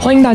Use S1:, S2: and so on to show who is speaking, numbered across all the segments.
S1: 欢迎大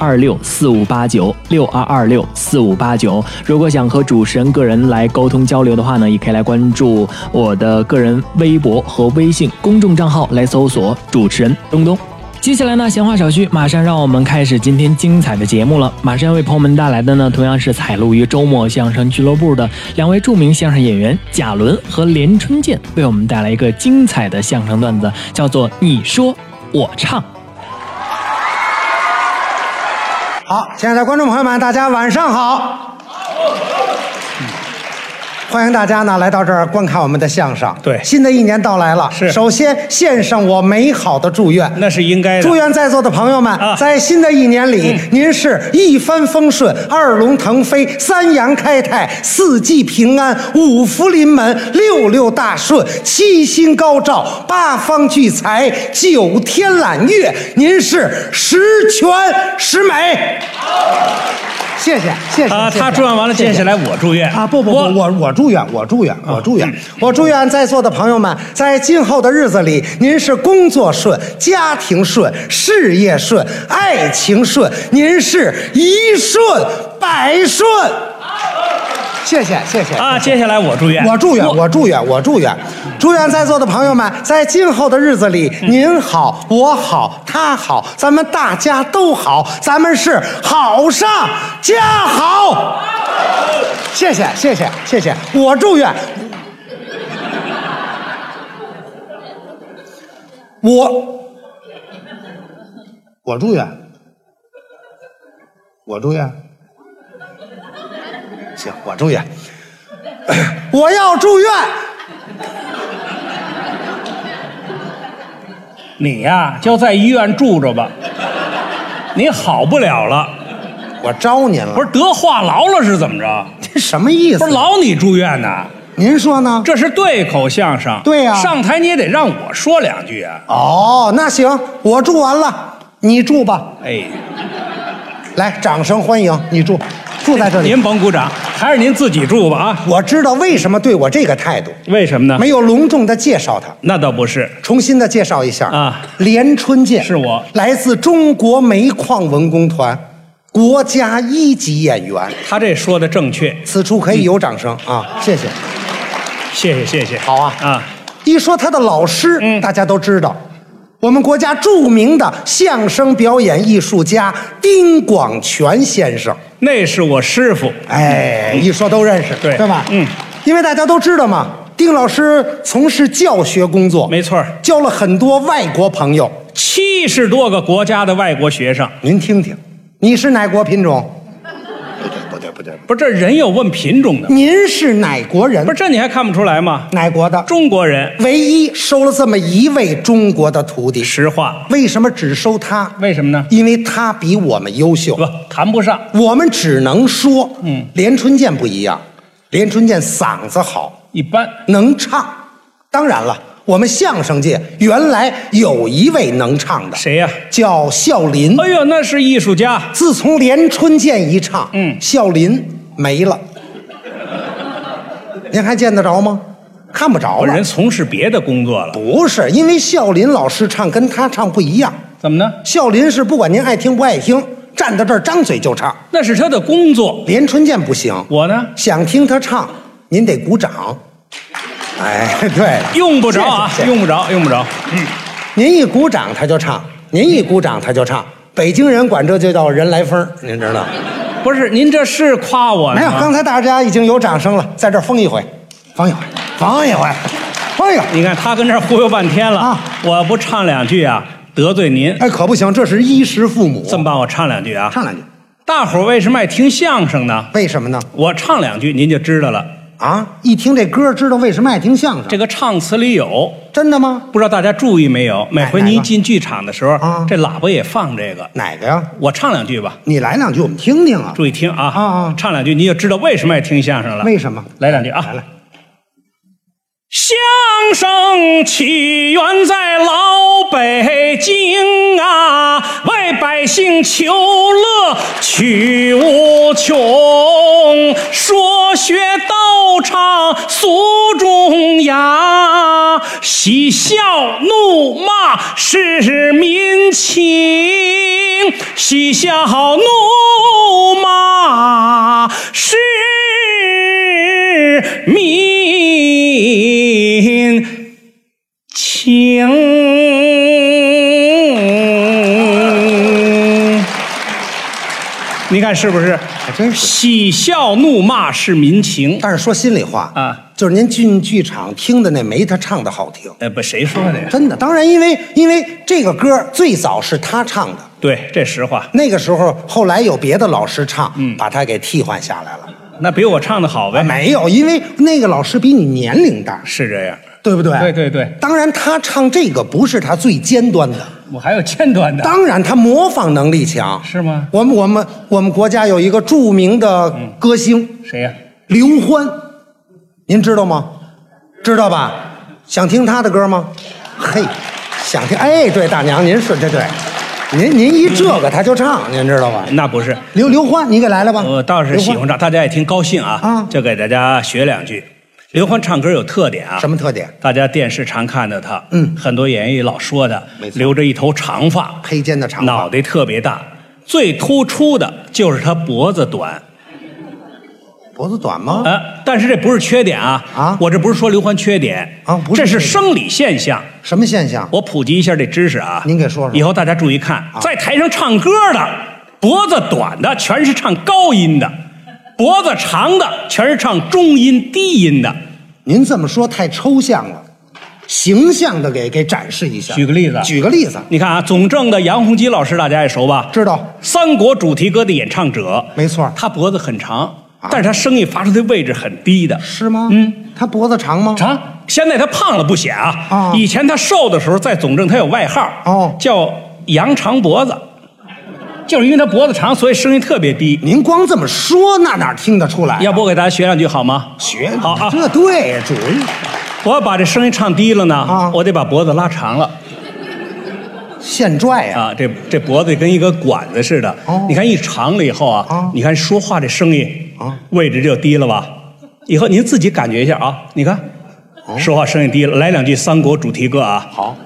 S1: 二六四五八九六二二六四五八九。如果想和主持人个人来沟通交流的话呢，也可以来关注我的个人微博和微信公众账号，来搜索主持人东东。接下来呢，闲话少叙，马上让我们开始今天精彩的节目了。马上要为朋友们带来的呢，同样是采录于周末相声俱乐部的两位著名相声演员贾伦 和连春建，为我们带来一个精彩的相声段子，叫做“你说我唱”。
S2: 好，亲爱的观众朋友们，大家晚上好！嗯、欢迎大家呢来到这儿观看我们的相声。
S3: 对
S2: 新的一年到来了，
S3: 是
S2: 首先献上我美好的祝愿，
S3: 那是应该的。
S2: 祝愿在座的朋友们、
S3: 啊嗯
S2: 在新的一年里，您是一帆风顺、二龙腾飞、三阳开泰、四季平安、五福临门、六六大顺、七星高照、八方聚财、九天揽月，您是十全十美。谢谢，谢谢。
S3: 啊，
S2: 谢谢
S3: 他祝愿完了，
S2: 谢
S3: 接
S2: 谢
S3: 下来我祝愿
S2: 啊，不不不，
S3: 我啊嗯
S2: 我我祝愿，我祝愿，我祝愿，我祝愿在座的朋友们，在今后的日子里，您是工作顺、家庭顺、事业顺、爱情顺，您是一顺百顺。谢谢，谢谢
S3: 啊，接下来我祝愿
S2: 我祝愿，我祝愿，我祝愿，祝愿在座的朋友们在今后的日子里，您好，我好，他好，咱们大家都好，咱们是好上加好。谢谢，谢谢，谢谢，我祝愿。我，我祝愿，我祝愿，行，我祝愿。我要住院。
S3: 你呀、就在医院住着吧，你好不了了，
S2: 我招您了，
S3: 不是得话痨了是怎么着？
S2: 这什么意思？
S3: 不是老你住院呐，
S2: 您说呢？
S3: 这是对口相声。
S2: 对呀
S3: 上台你也得让我说两句啊。
S2: 哦，那行，我住完了，你住吧。
S3: 哎，
S2: 来，掌声欢迎你住，住在这里。
S3: 您甭鼓掌，还是您自己住吧啊。
S2: 我知道为什么对我这个态度，
S3: 为什么呢？
S2: 没有隆重的介绍他。
S3: 那倒不是，
S2: 重新的介绍一下
S3: 啊，
S2: 连春建
S3: 是我
S2: 来自中国煤矿文工团，国家一级演员。
S3: 他这说的正确，
S2: 此处可以有掌声、啊，谢谢。
S3: 谢谢谢谢。
S2: 好啊
S3: 啊，
S2: 一说他的老师，
S3: 嗯
S2: 大家都知道，我们国家著名的相声表演艺术家丁广泉先生。
S3: 那是我师傅。
S2: 哎，一说都认识，
S3: 对
S2: 对吧？
S3: 嗯，
S2: 因为大家都知道嘛，丁老师从事教学工作，
S3: 没错儿
S2: 教了很多外国朋友。
S3: 七十多个国家的外国学生，
S2: 您听听，你是哪国品种？
S3: 不是这人有问品种的吗，
S2: 您是哪国人？
S3: 不是这你还看不出来吗？
S2: 哪国的？
S3: 中国人，
S2: 唯一收了这么一位中国的徒弟，
S3: 实话，
S2: 为什么只收他？
S3: 为什么呢？
S2: 因为他比我们优秀。
S3: 不谈不上，
S2: 我们只能说，
S3: 嗯
S2: 连春建不一样，连春建嗓子好，
S3: 一般。
S2: 能唱。当然了，我们相声界原来有一位能唱的，
S3: 谁哎呀、
S2: 叫笑林。
S3: 哎呦，那是艺术家，
S2: 自从连春建一唱，
S3: 嗯
S2: 笑林没了，您还见得着吗？看不着
S3: 我
S2: 了。
S3: 人从事别的工作了，
S2: 不是，因为孝林老师唱跟他唱不一样。
S3: 怎么呢？
S2: 孝林是不管您爱听不爱听，站到这儿张嘴就唱。
S3: 那是他的工作。
S2: 连春建不行，
S3: 我呢，
S2: 想听他唱，您得鼓掌。哎， 对，
S3: 用不着啊，
S2: 谢谢谢谢
S3: 用不着，用不着。
S2: 您一鼓掌他就唱，您一鼓掌他就唱。北京人管这就叫人来疯儿，您知道？
S3: 不是，您这是夸我呢
S2: 没有，刚才大家已经有掌声了，在这儿疯一回，疯一回，疯一回，疯一个。
S3: 你看他跟这儿忽悠半天了，
S2: 啊
S3: 我不唱两句啊，得罪您。
S2: 哎，可不行，这是衣食父母。
S3: 这么办，我唱两句啊。
S2: 唱两句？
S3: 大伙儿为什么爱听相声呢？
S2: 为什么呢？
S3: 我唱两句您就知道了。
S2: 啊，一听这歌，知道为什么爱听相声。
S3: 这个唱词里有，
S2: 真的吗？
S3: 不知道大家注意没有？每回
S2: 哪
S3: 您
S2: 个
S3: 进剧场的时候，
S2: 啊
S3: 这喇叭也放这个。
S2: 哪个呀？
S3: 我唱两句吧，
S2: 你来两句，我们听听啊。
S3: 注意听啊。
S2: 啊啊
S3: 唱两句您就知道为什么爱听相声了。
S2: 为什么？
S3: 来两句啊。
S2: 来来。
S3: 相声起源在老北京啊，为百姓求乐趣无穷，说学逗唱俗中雅，嬉笑怒骂是民情，嬉笑怒骂是。民情。你看是不是？
S2: 还真是。
S3: 喜笑怒骂是民情。
S2: 但是说心里话
S3: 啊，
S2: 就是您进剧场听的那没他唱的好听，
S3: 呃，不，谁说的呀？
S2: 真的。当然，因为因为这个歌最早是他唱的，
S3: 对，这实话，
S2: 那个时候后来有别的老师唱，
S3: 嗯
S2: 把他给替换下来了。
S3: 那比我唱的好呗。
S2: 没有，因为那个老师比你年龄大，
S3: 是这样，
S2: 对不对？
S3: 对对对
S2: 当然，他唱这个不是他最尖端的，
S3: 我还有尖端的。
S2: 当然他模仿能力强，
S3: 是吗嗯
S2: 我们我们我们国家有一个著名的歌星。
S3: 谁呀、
S2: 刘欢，您知道吗？知道吧？想听他的歌吗？嘿，想听。哎，对，大娘，您是对对，您您一这个他就唱，您知道吧？
S3: 那不是，
S2: 刘刘欢，你给来来吧。
S3: 我倒是喜欢
S2: 刘欢
S3: 唱，大家也听高兴啊。
S2: 啊
S3: 就给大家学两句。刘欢唱歌有特点啊，
S2: 什么特点？
S3: 大家电视常看到他，
S2: 嗯
S3: 很多演员老说的
S2: 没，错
S3: 留着一头长发，
S2: 黑尖的长发
S3: 脑袋特别大。最突出的就是他脖子短，
S2: 脖子短吗？
S3: 呃，但是这不是缺点啊，
S2: 啊
S3: 我这不是说刘欢缺点
S2: 啊不是
S3: 这是
S2: 缺点
S3: 生理现象。
S2: 什么现象？
S3: 我普及一下这知识啊，
S2: 您给说说啊
S3: 以后大家注意看，在台上唱歌的，脖子短的全是唱高音的，脖子长的全是唱中音、低音的。
S2: 您这么说太抽象了，形象的给给展示一下。
S3: 举个例子
S2: 举个例子，
S3: 你看啊，总政的杨洪基老师大家也熟吧？
S2: 知道
S3: 三国主题歌的演唱者，
S2: 没错
S3: 他脖子很长，但是他声音发出的位置很低的。
S2: 是吗？嗯，他脖子长吗？
S3: 长，现在他胖了不显啊，
S2: 啊
S3: 以前他瘦的时候，在总政他有外号，
S2: 哦
S3: 叫羊长脖子，就是因为他脖子长，所以声音特别低。
S2: 您光这么说，那哪听得出来？
S3: 要不我给大家学两句好吗？
S2: 学
S3: 好啊！
S2: 这对呀，主意。
S3: 我要把这声音唱低了呢，
S2: 啊
S3: 我得把脖子拉长了
S2: 现拽呀、
S3: 啊！这这脖子跟一个管子似的，
S2: 哦
S3: 你看一长了以后啊，
S2: 啊
S3: 你看说话这声音
S2: 啊
S3: 位置就低了吧？以后您自己感觉一下啊！你看，
S2: 哦
S3: 说话声音低了，来两句三国主题歌啊。
S2: 好，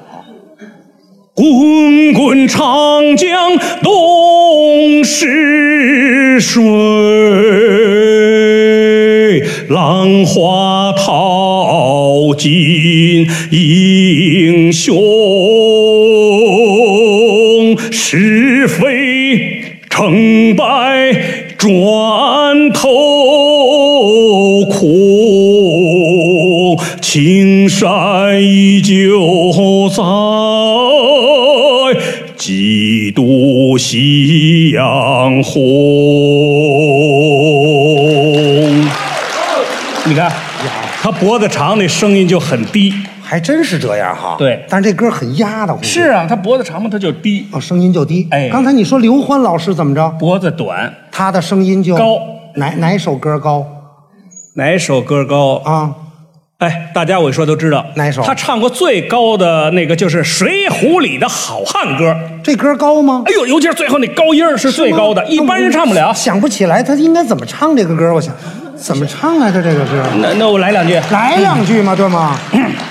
S3: 滚滚长江东逝水，浪花淘尽英雄。是非成败转头苦，青山依旧在，几度夕阳红。你看，他脖子长，那声音就很低。
S2: 还真是这样哈。
S3: 对
S2: 但是这歌很压的，
S3: 是啊，他脖子长嘛，他就低，
S2: 哦，声音就低。
S3: 哎
S2: 刚才你说刘欢老师怎么着？
S3: 脖子短。
S2: 他的声音就
S3: 高，
S2: 哪哪首歌高
S3: 哪首歌高？
S2: 啊？
S3: 哎，大家我一说都知道
S2: 哪首
S3: 他唱过最高的那个就是《水浒》里的好汉歌。
S2: 这歌高吗？
S3: 哎呦，尤其哎是最后那高音儿是最高的，
S2: 是吗
S3: 一般人唱不了
S2: 我。想不起来他应该怎么唱这个歌，我想怎么唱来着？这个是
S3: 那那我来两句，
S2: 来两句嘛，对吗？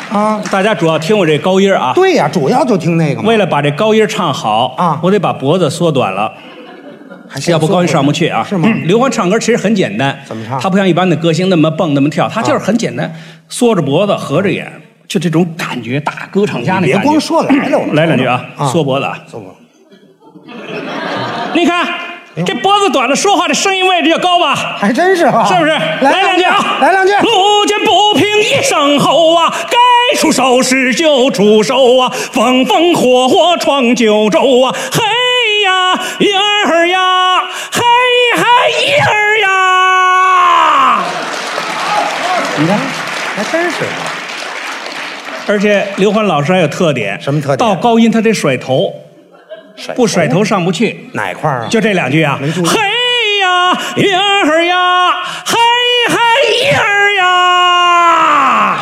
S2: 啊，
S3: 大家主要听我这高音啊。
S2: 对呀，主要就听那个嘛。
S3: 为了把这高音唱好
S2: 啊
S3: 我得把脖子缩短了，
S2: 还是
S3: 要不高音上不去啊。
S2: 是吗？
S3: 嗯刘欢唱歌其实很简单，
S2: 怎么唱啊
S3: 他不像一般的歌星那么蹦那么跳，他就是很简单，缩着脖子，合着眼，就这种感觉，大歌唱家那
S2: 别
S3: 感觉
S2: 光说来了，我们
S3: 来两句啊，缩脖子啊。
S2: 缩脖子。哎
S3: 你看这脖子短了，说话的声音位置就高吧？
S2: 还真是啊，
S3: 是不是？
S2: 来
S3: 两句啊，
S2: 来两句。
S3: 路见不平一声吼啊，该出手时就出手啊，风风火火闯九州啊，嘿呀，一儿呀，嘿嘿一儿呀。
S2: 你
S3: 嗯
S2: 看，还真是
S3: 而且刘欢老师还有特点，
S2: 什么特点
S3: 到高音他得甩头，不甩头上不去。
S2: 哪块儿啊？
S3: 就这两句啊，
S2: 没注意
S3: 嘿呀，一儿呀，嘿嘿一儿呀。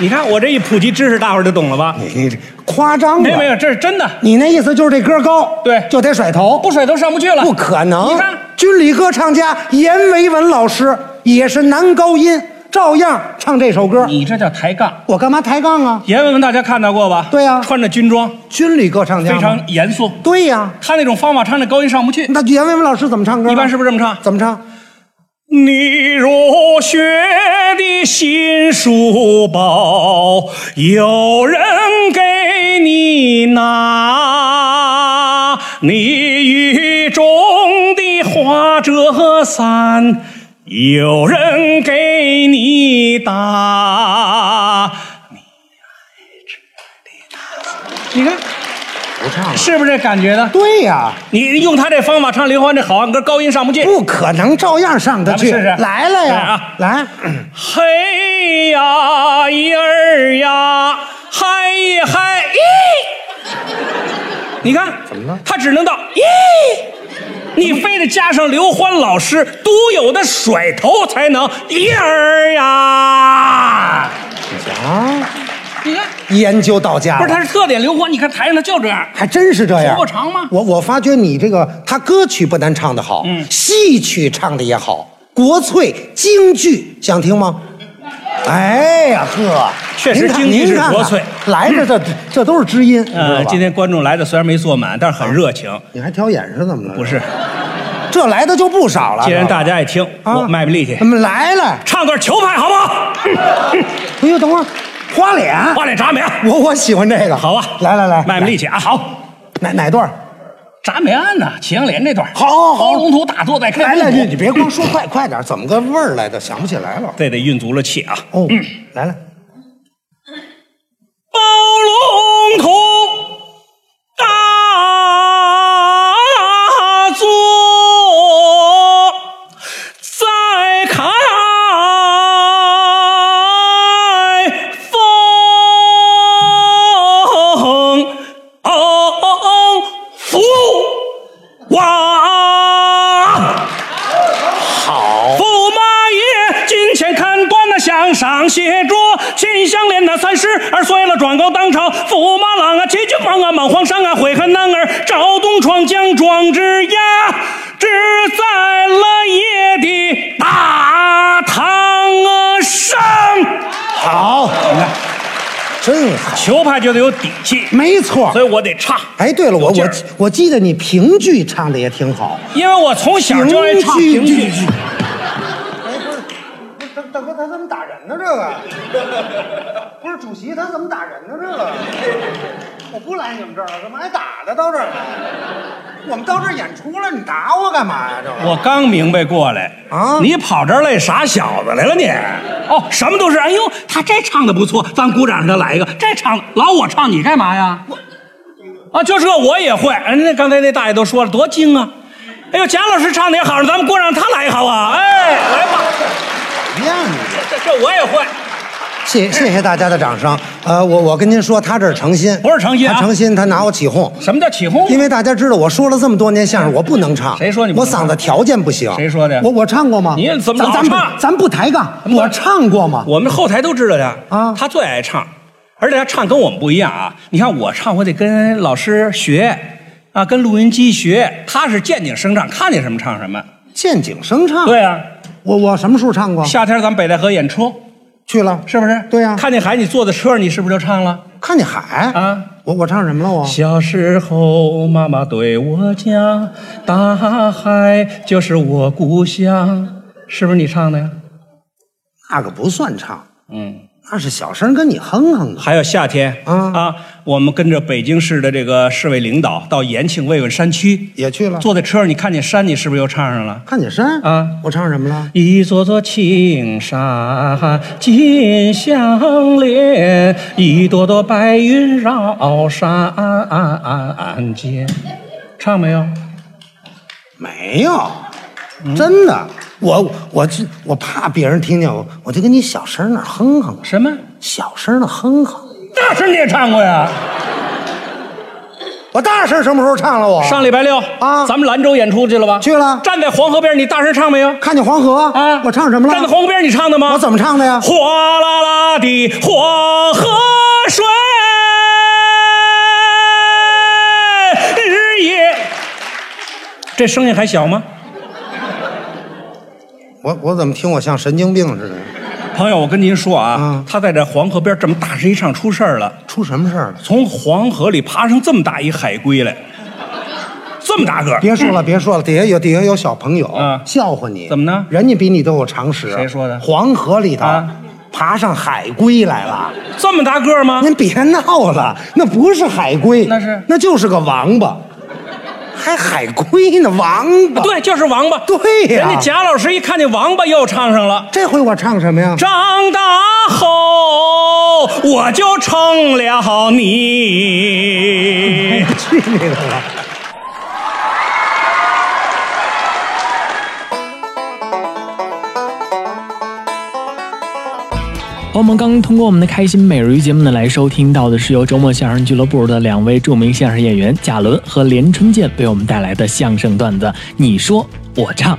S3: 你看我这一普及知识，大伙儿就懂了吧？
S2: 你你这夸张了。
S3: 没有没有，，这是真的，
S2: 你那意思就是这歌高，
S3: 对
S2: 就得甩头，
S3: 不甩头上不去了。
S2: 不可能。
S3: 你看，
S2: 军旅歌唱家阎维文老师也是男高音，照样唱这首歌。
S3: 你这叫抬杠。
S2: 我干嘛抬杠啊？
S3: 阎维文大家看到过吧？
S2: 对呀
S3: 穿着军装，
S2: 军旅歌唱家
S3: 非
S2: 吗
S3: 常严肃。
S2: 对呀、
S3: 他那种方法唱着高音上不去，
S2: 那阎维文老师怎么唱歌？
S3: 一般是不是这么唱？
S2: 怎么唱？
S3: 你入学的新书包，有人给你拿；你雨中的花折伞，有人给你打。你爱吃的大蒜你看
S2: 不唱了。
S3: 是不是这感觉呢？
S2: 对呀、
S3: 你用他这方法唱刘欢这好汉歌，高音上不去。
S2: 不可能，照样上得去。
S3: 哎咱们试试
S2: 来了呀，
S3: 来啊
S2: 来，
S3: 嘿呀，一儿呀，嗨一嗨一，你看怎么了？他只能到一，你非得加上刘欢老师独有的甩头才能一儿呀。
S2: 啊，
S3: 你看，
S2: 研究到家了。
S3: 不是他是特点，刘欢你看台上他就这样，
S2: 还真是这样，
S3: 头发长吗
S2: 我我发觉你这个，他歌曲不但唱得好，
S3: 嗯
S2: 戏曲唱得也好，国粹京剧，想听吗？哎呀呵，
S3: 确实
S2: 您看
S3: 京剧是
S2: 您看看
S3: 国粹
S2: 来的 这这都是知啊音。
S3: 呃，今
S2: 天
S3: 天观众来的虽然没坐满，但是很热情。
S2: 你还挑眼是怎么了？
S3: 不，是，
S2: 这来的就不少了。
S3: 既然大家也听，
S2: 啊
S3: 我卖卖力气
S2: 我，们来了，
S3: 唱段球派好不好？
S2: 哎呦，等会儿花脸，
S3: 花脸眨眼，
S2: 我我喜欢这个，
S3: 好啊，
S2: 啊来来来，
S3: 卖卖力气啊，好。
S2: 哪哪段儿？
S3: 铡美案呐，祁阳连这段儿，
S2: 好好好
S3: 黄龙图大作在开，
S2: 来来，你你别光说快快点儿，怎么个味儿来的？想不起来了。
S3: 这得运足了气啊！
S2: 哦，来来。
S3: 包龙图大作在开封府哇！
S2: 哎
S3: 驸马爷近前看官那项上写着，秦香莲那三十二岁了，转告当朝驸马郎啊，齐君王啊，满皇上啊，悔恨男儿赵东闯将壮志呀，只在了夜的大堂上。
S2: 好，你看，真好，
S3: 球派就得有底气，
S2: 没错
S3: 所。以我得唱。
S2: 哎，对了，我
S3: 有劲
S2: 我
S3: 儿
S2: 我记得你评剧唱的也挺好，
S3: 因为我从小就爱唱评剧，
S2: 哎，不是，不是，大大哥他怎么打人呢？这个不是主席他怎么打人呢？这个我不来你们这儿了，怎么还打的到这儿来？我们到这儿演出了，你打我干嘛呀？这个
S3: 我刚明白过来
S2: 啊
S3: 你跑这儿来傻小子来了你？哦，什么都是。哎呦，他这唱的不错，咱鼓掌让他来一个。这唱老我唱你干嘛呀？啊，就这我也会。人家刚才那大爷都说了，多精啊！哎呦，贾老师唱的也好，咱们鼓掌他来一好啊！哎，来吧，
S2: 怎么样你？
S3: 这这我也会。
S2: 谢谢谢大家的掌声。呃，我我跟您说，他这是诚心，
S3: 不是诚心啊
S2: 他诚心，他拿我起哄。
S3: 什么叫起哄？
S2: 因为大家知道，我说了这么多年相声，我不能唱。
S3: 谁说你不
S2: 我
S3: 能唱
S2: 嗓子条件不行？
S3: 谁说的
S2: 我我唱过吗？
S3: 你怎么
S2: 咱
S3: 老
S2: 咱不
S3: 唱
S2: 咱不抬杠，我唱过吗？
S3: 我们后台都知道的
S2: 啊
S3: 他最爱唱，而且他唱跟我们不一样啊。你看我唱，我得跟老师学，啊，
S2: 啊
S3: 跟录音机学。他是见景生唱，看见什么唱什么。
S2: 见景生唱。
S3: 对啊，
S2: 我我什么时候唱过？
S3: 夏天咱们北戴河演出，
S2: 去了，
S3: 是不是？
S2: 啊对啊呀
S3: 看见海，你坐在车上，你是不是就唱了？
S2: 看见海
S3: 啊！
S2: 我我唱什么了？我
S3: 小时候，妈妈对我讲，大海就是我故乡，是不是你唱的呀？
S2: 那个不算唱，
S3: 嗯。
S2: 那是小声跟你哼哼的。
S3: 还有夏天
S2: 啊
S3: 我们跟着北京市的这个市委领导到延庆慰问山区，
S2: 也去了
S3: 坐在车上，你看见山，你是不是又唱上了？
S2: 看见山
S3: 啊
S2: 我唱什么了？
S3: 一座座青山紧相连，一朵朵白云绕山间。唱没有？
S2: 没有，
S3: 嗯
S2: 真的，我我这我怕别人听见我，我就跟你小声那儿哼哼，
S3: 什么？
S2: 小声的哼哼。
S3: 大声你也唱过呀？
S2: 啊我大声什么时候唱了我？
S3: 上礼拜六
S2: 啊
S3: 咱们兰州演出去了吧？
S2: 去了
S3: 站在黄河边，你大声唱没有？
S2: 看见黄河
S3: 啊，
S2: 我唱什么了？
S3: 站在黄河边，你唱的吗？
S2: 我怎么唱的呀？
S3: 哗啦啦的黄河水，日夜。这声音还小吗？
S2: 我我怎么听我像神经病似的？
S3: 朋友，我跟您说啊，
S2: 嗯
S3: 他在这黄河边这么大声一唱，出事儿了，
S2: 出什么事儿了？
S3: 从黄河里爬上这么大一海龟来，这么大个儿。
S2: 别说了，别说了，底下有底下有小朋友
S3: 嗯
S2: 笑话你，
S3: 怎么呢
S2: 人家比你都有常识。
S3: 谁说的
S2: 黄河里头
S3: 啊
S2: 爬上海龟来了。
S3: 这么大个儿吗？
S2: 您别闹了，那不是海龟，
S3: 那是
S2: 那就是个王八，还海龟呢，王八。，
S3: 对，就是王八。
S2: 对呀
S3: 人家贾老师一看见王八，又唱上了。
S2: 这回我唱什么呀？
S3: 长大后我就成了你。
S2: 去你的吧！
S1: 我们刚刚通过我们的开心每日鱼节目呢，来收听到的是由周末相声俱乐部的两位著名相声演员贾伦和连春建为我们带来的相声段子，你说我唱。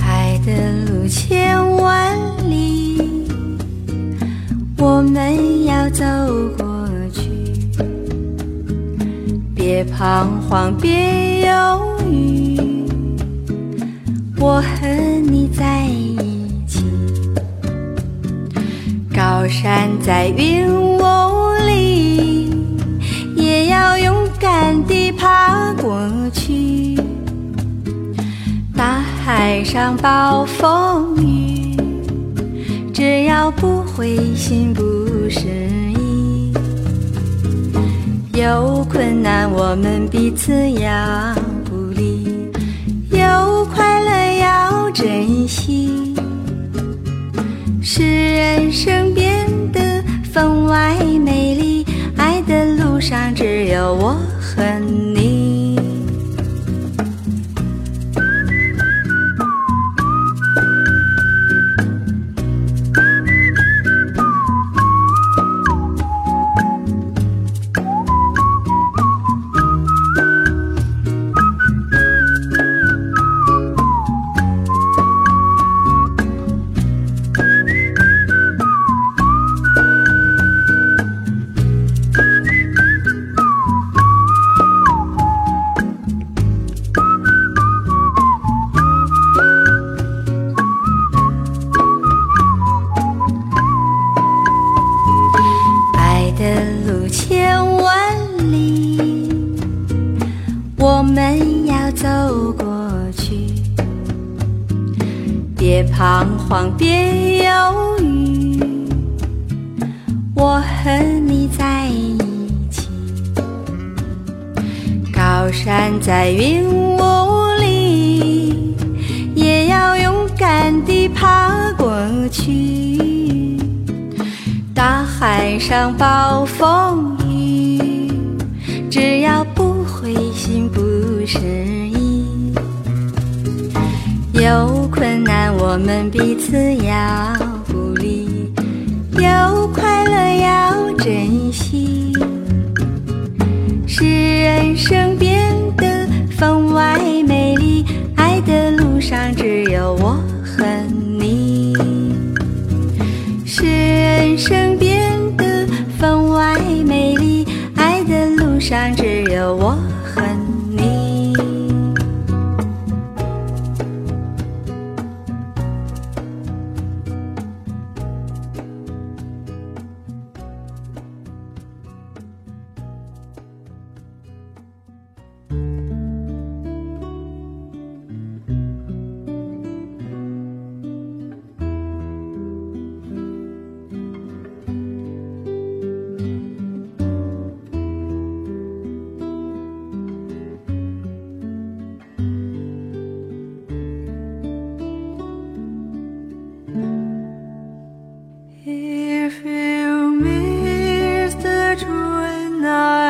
S4: 海的路千万里，我们要走过去。别彷徨，别犹豫，我和你在一起。高山在云雾里，也要勇敢地爬过去。大海上暴风雨，只要不灰心不失意。有困难我们彼此要鼓励，有快乐要珍惜，使人生变得分外美丽。爱的路上只有我和你。们要走过去，别彷徨，别犹豫，我和你在一起。高山在云雾里，也要勇敢地爬过去。大海上暴风雨，只要不灰心不失意。有困难我们彼此要鼓励，有快乐要珍惜，使人生变得分外美丽。爱的路上只有我和你。使人生变得分外美丽。爱的路上只有我和你。If you miss the joy night.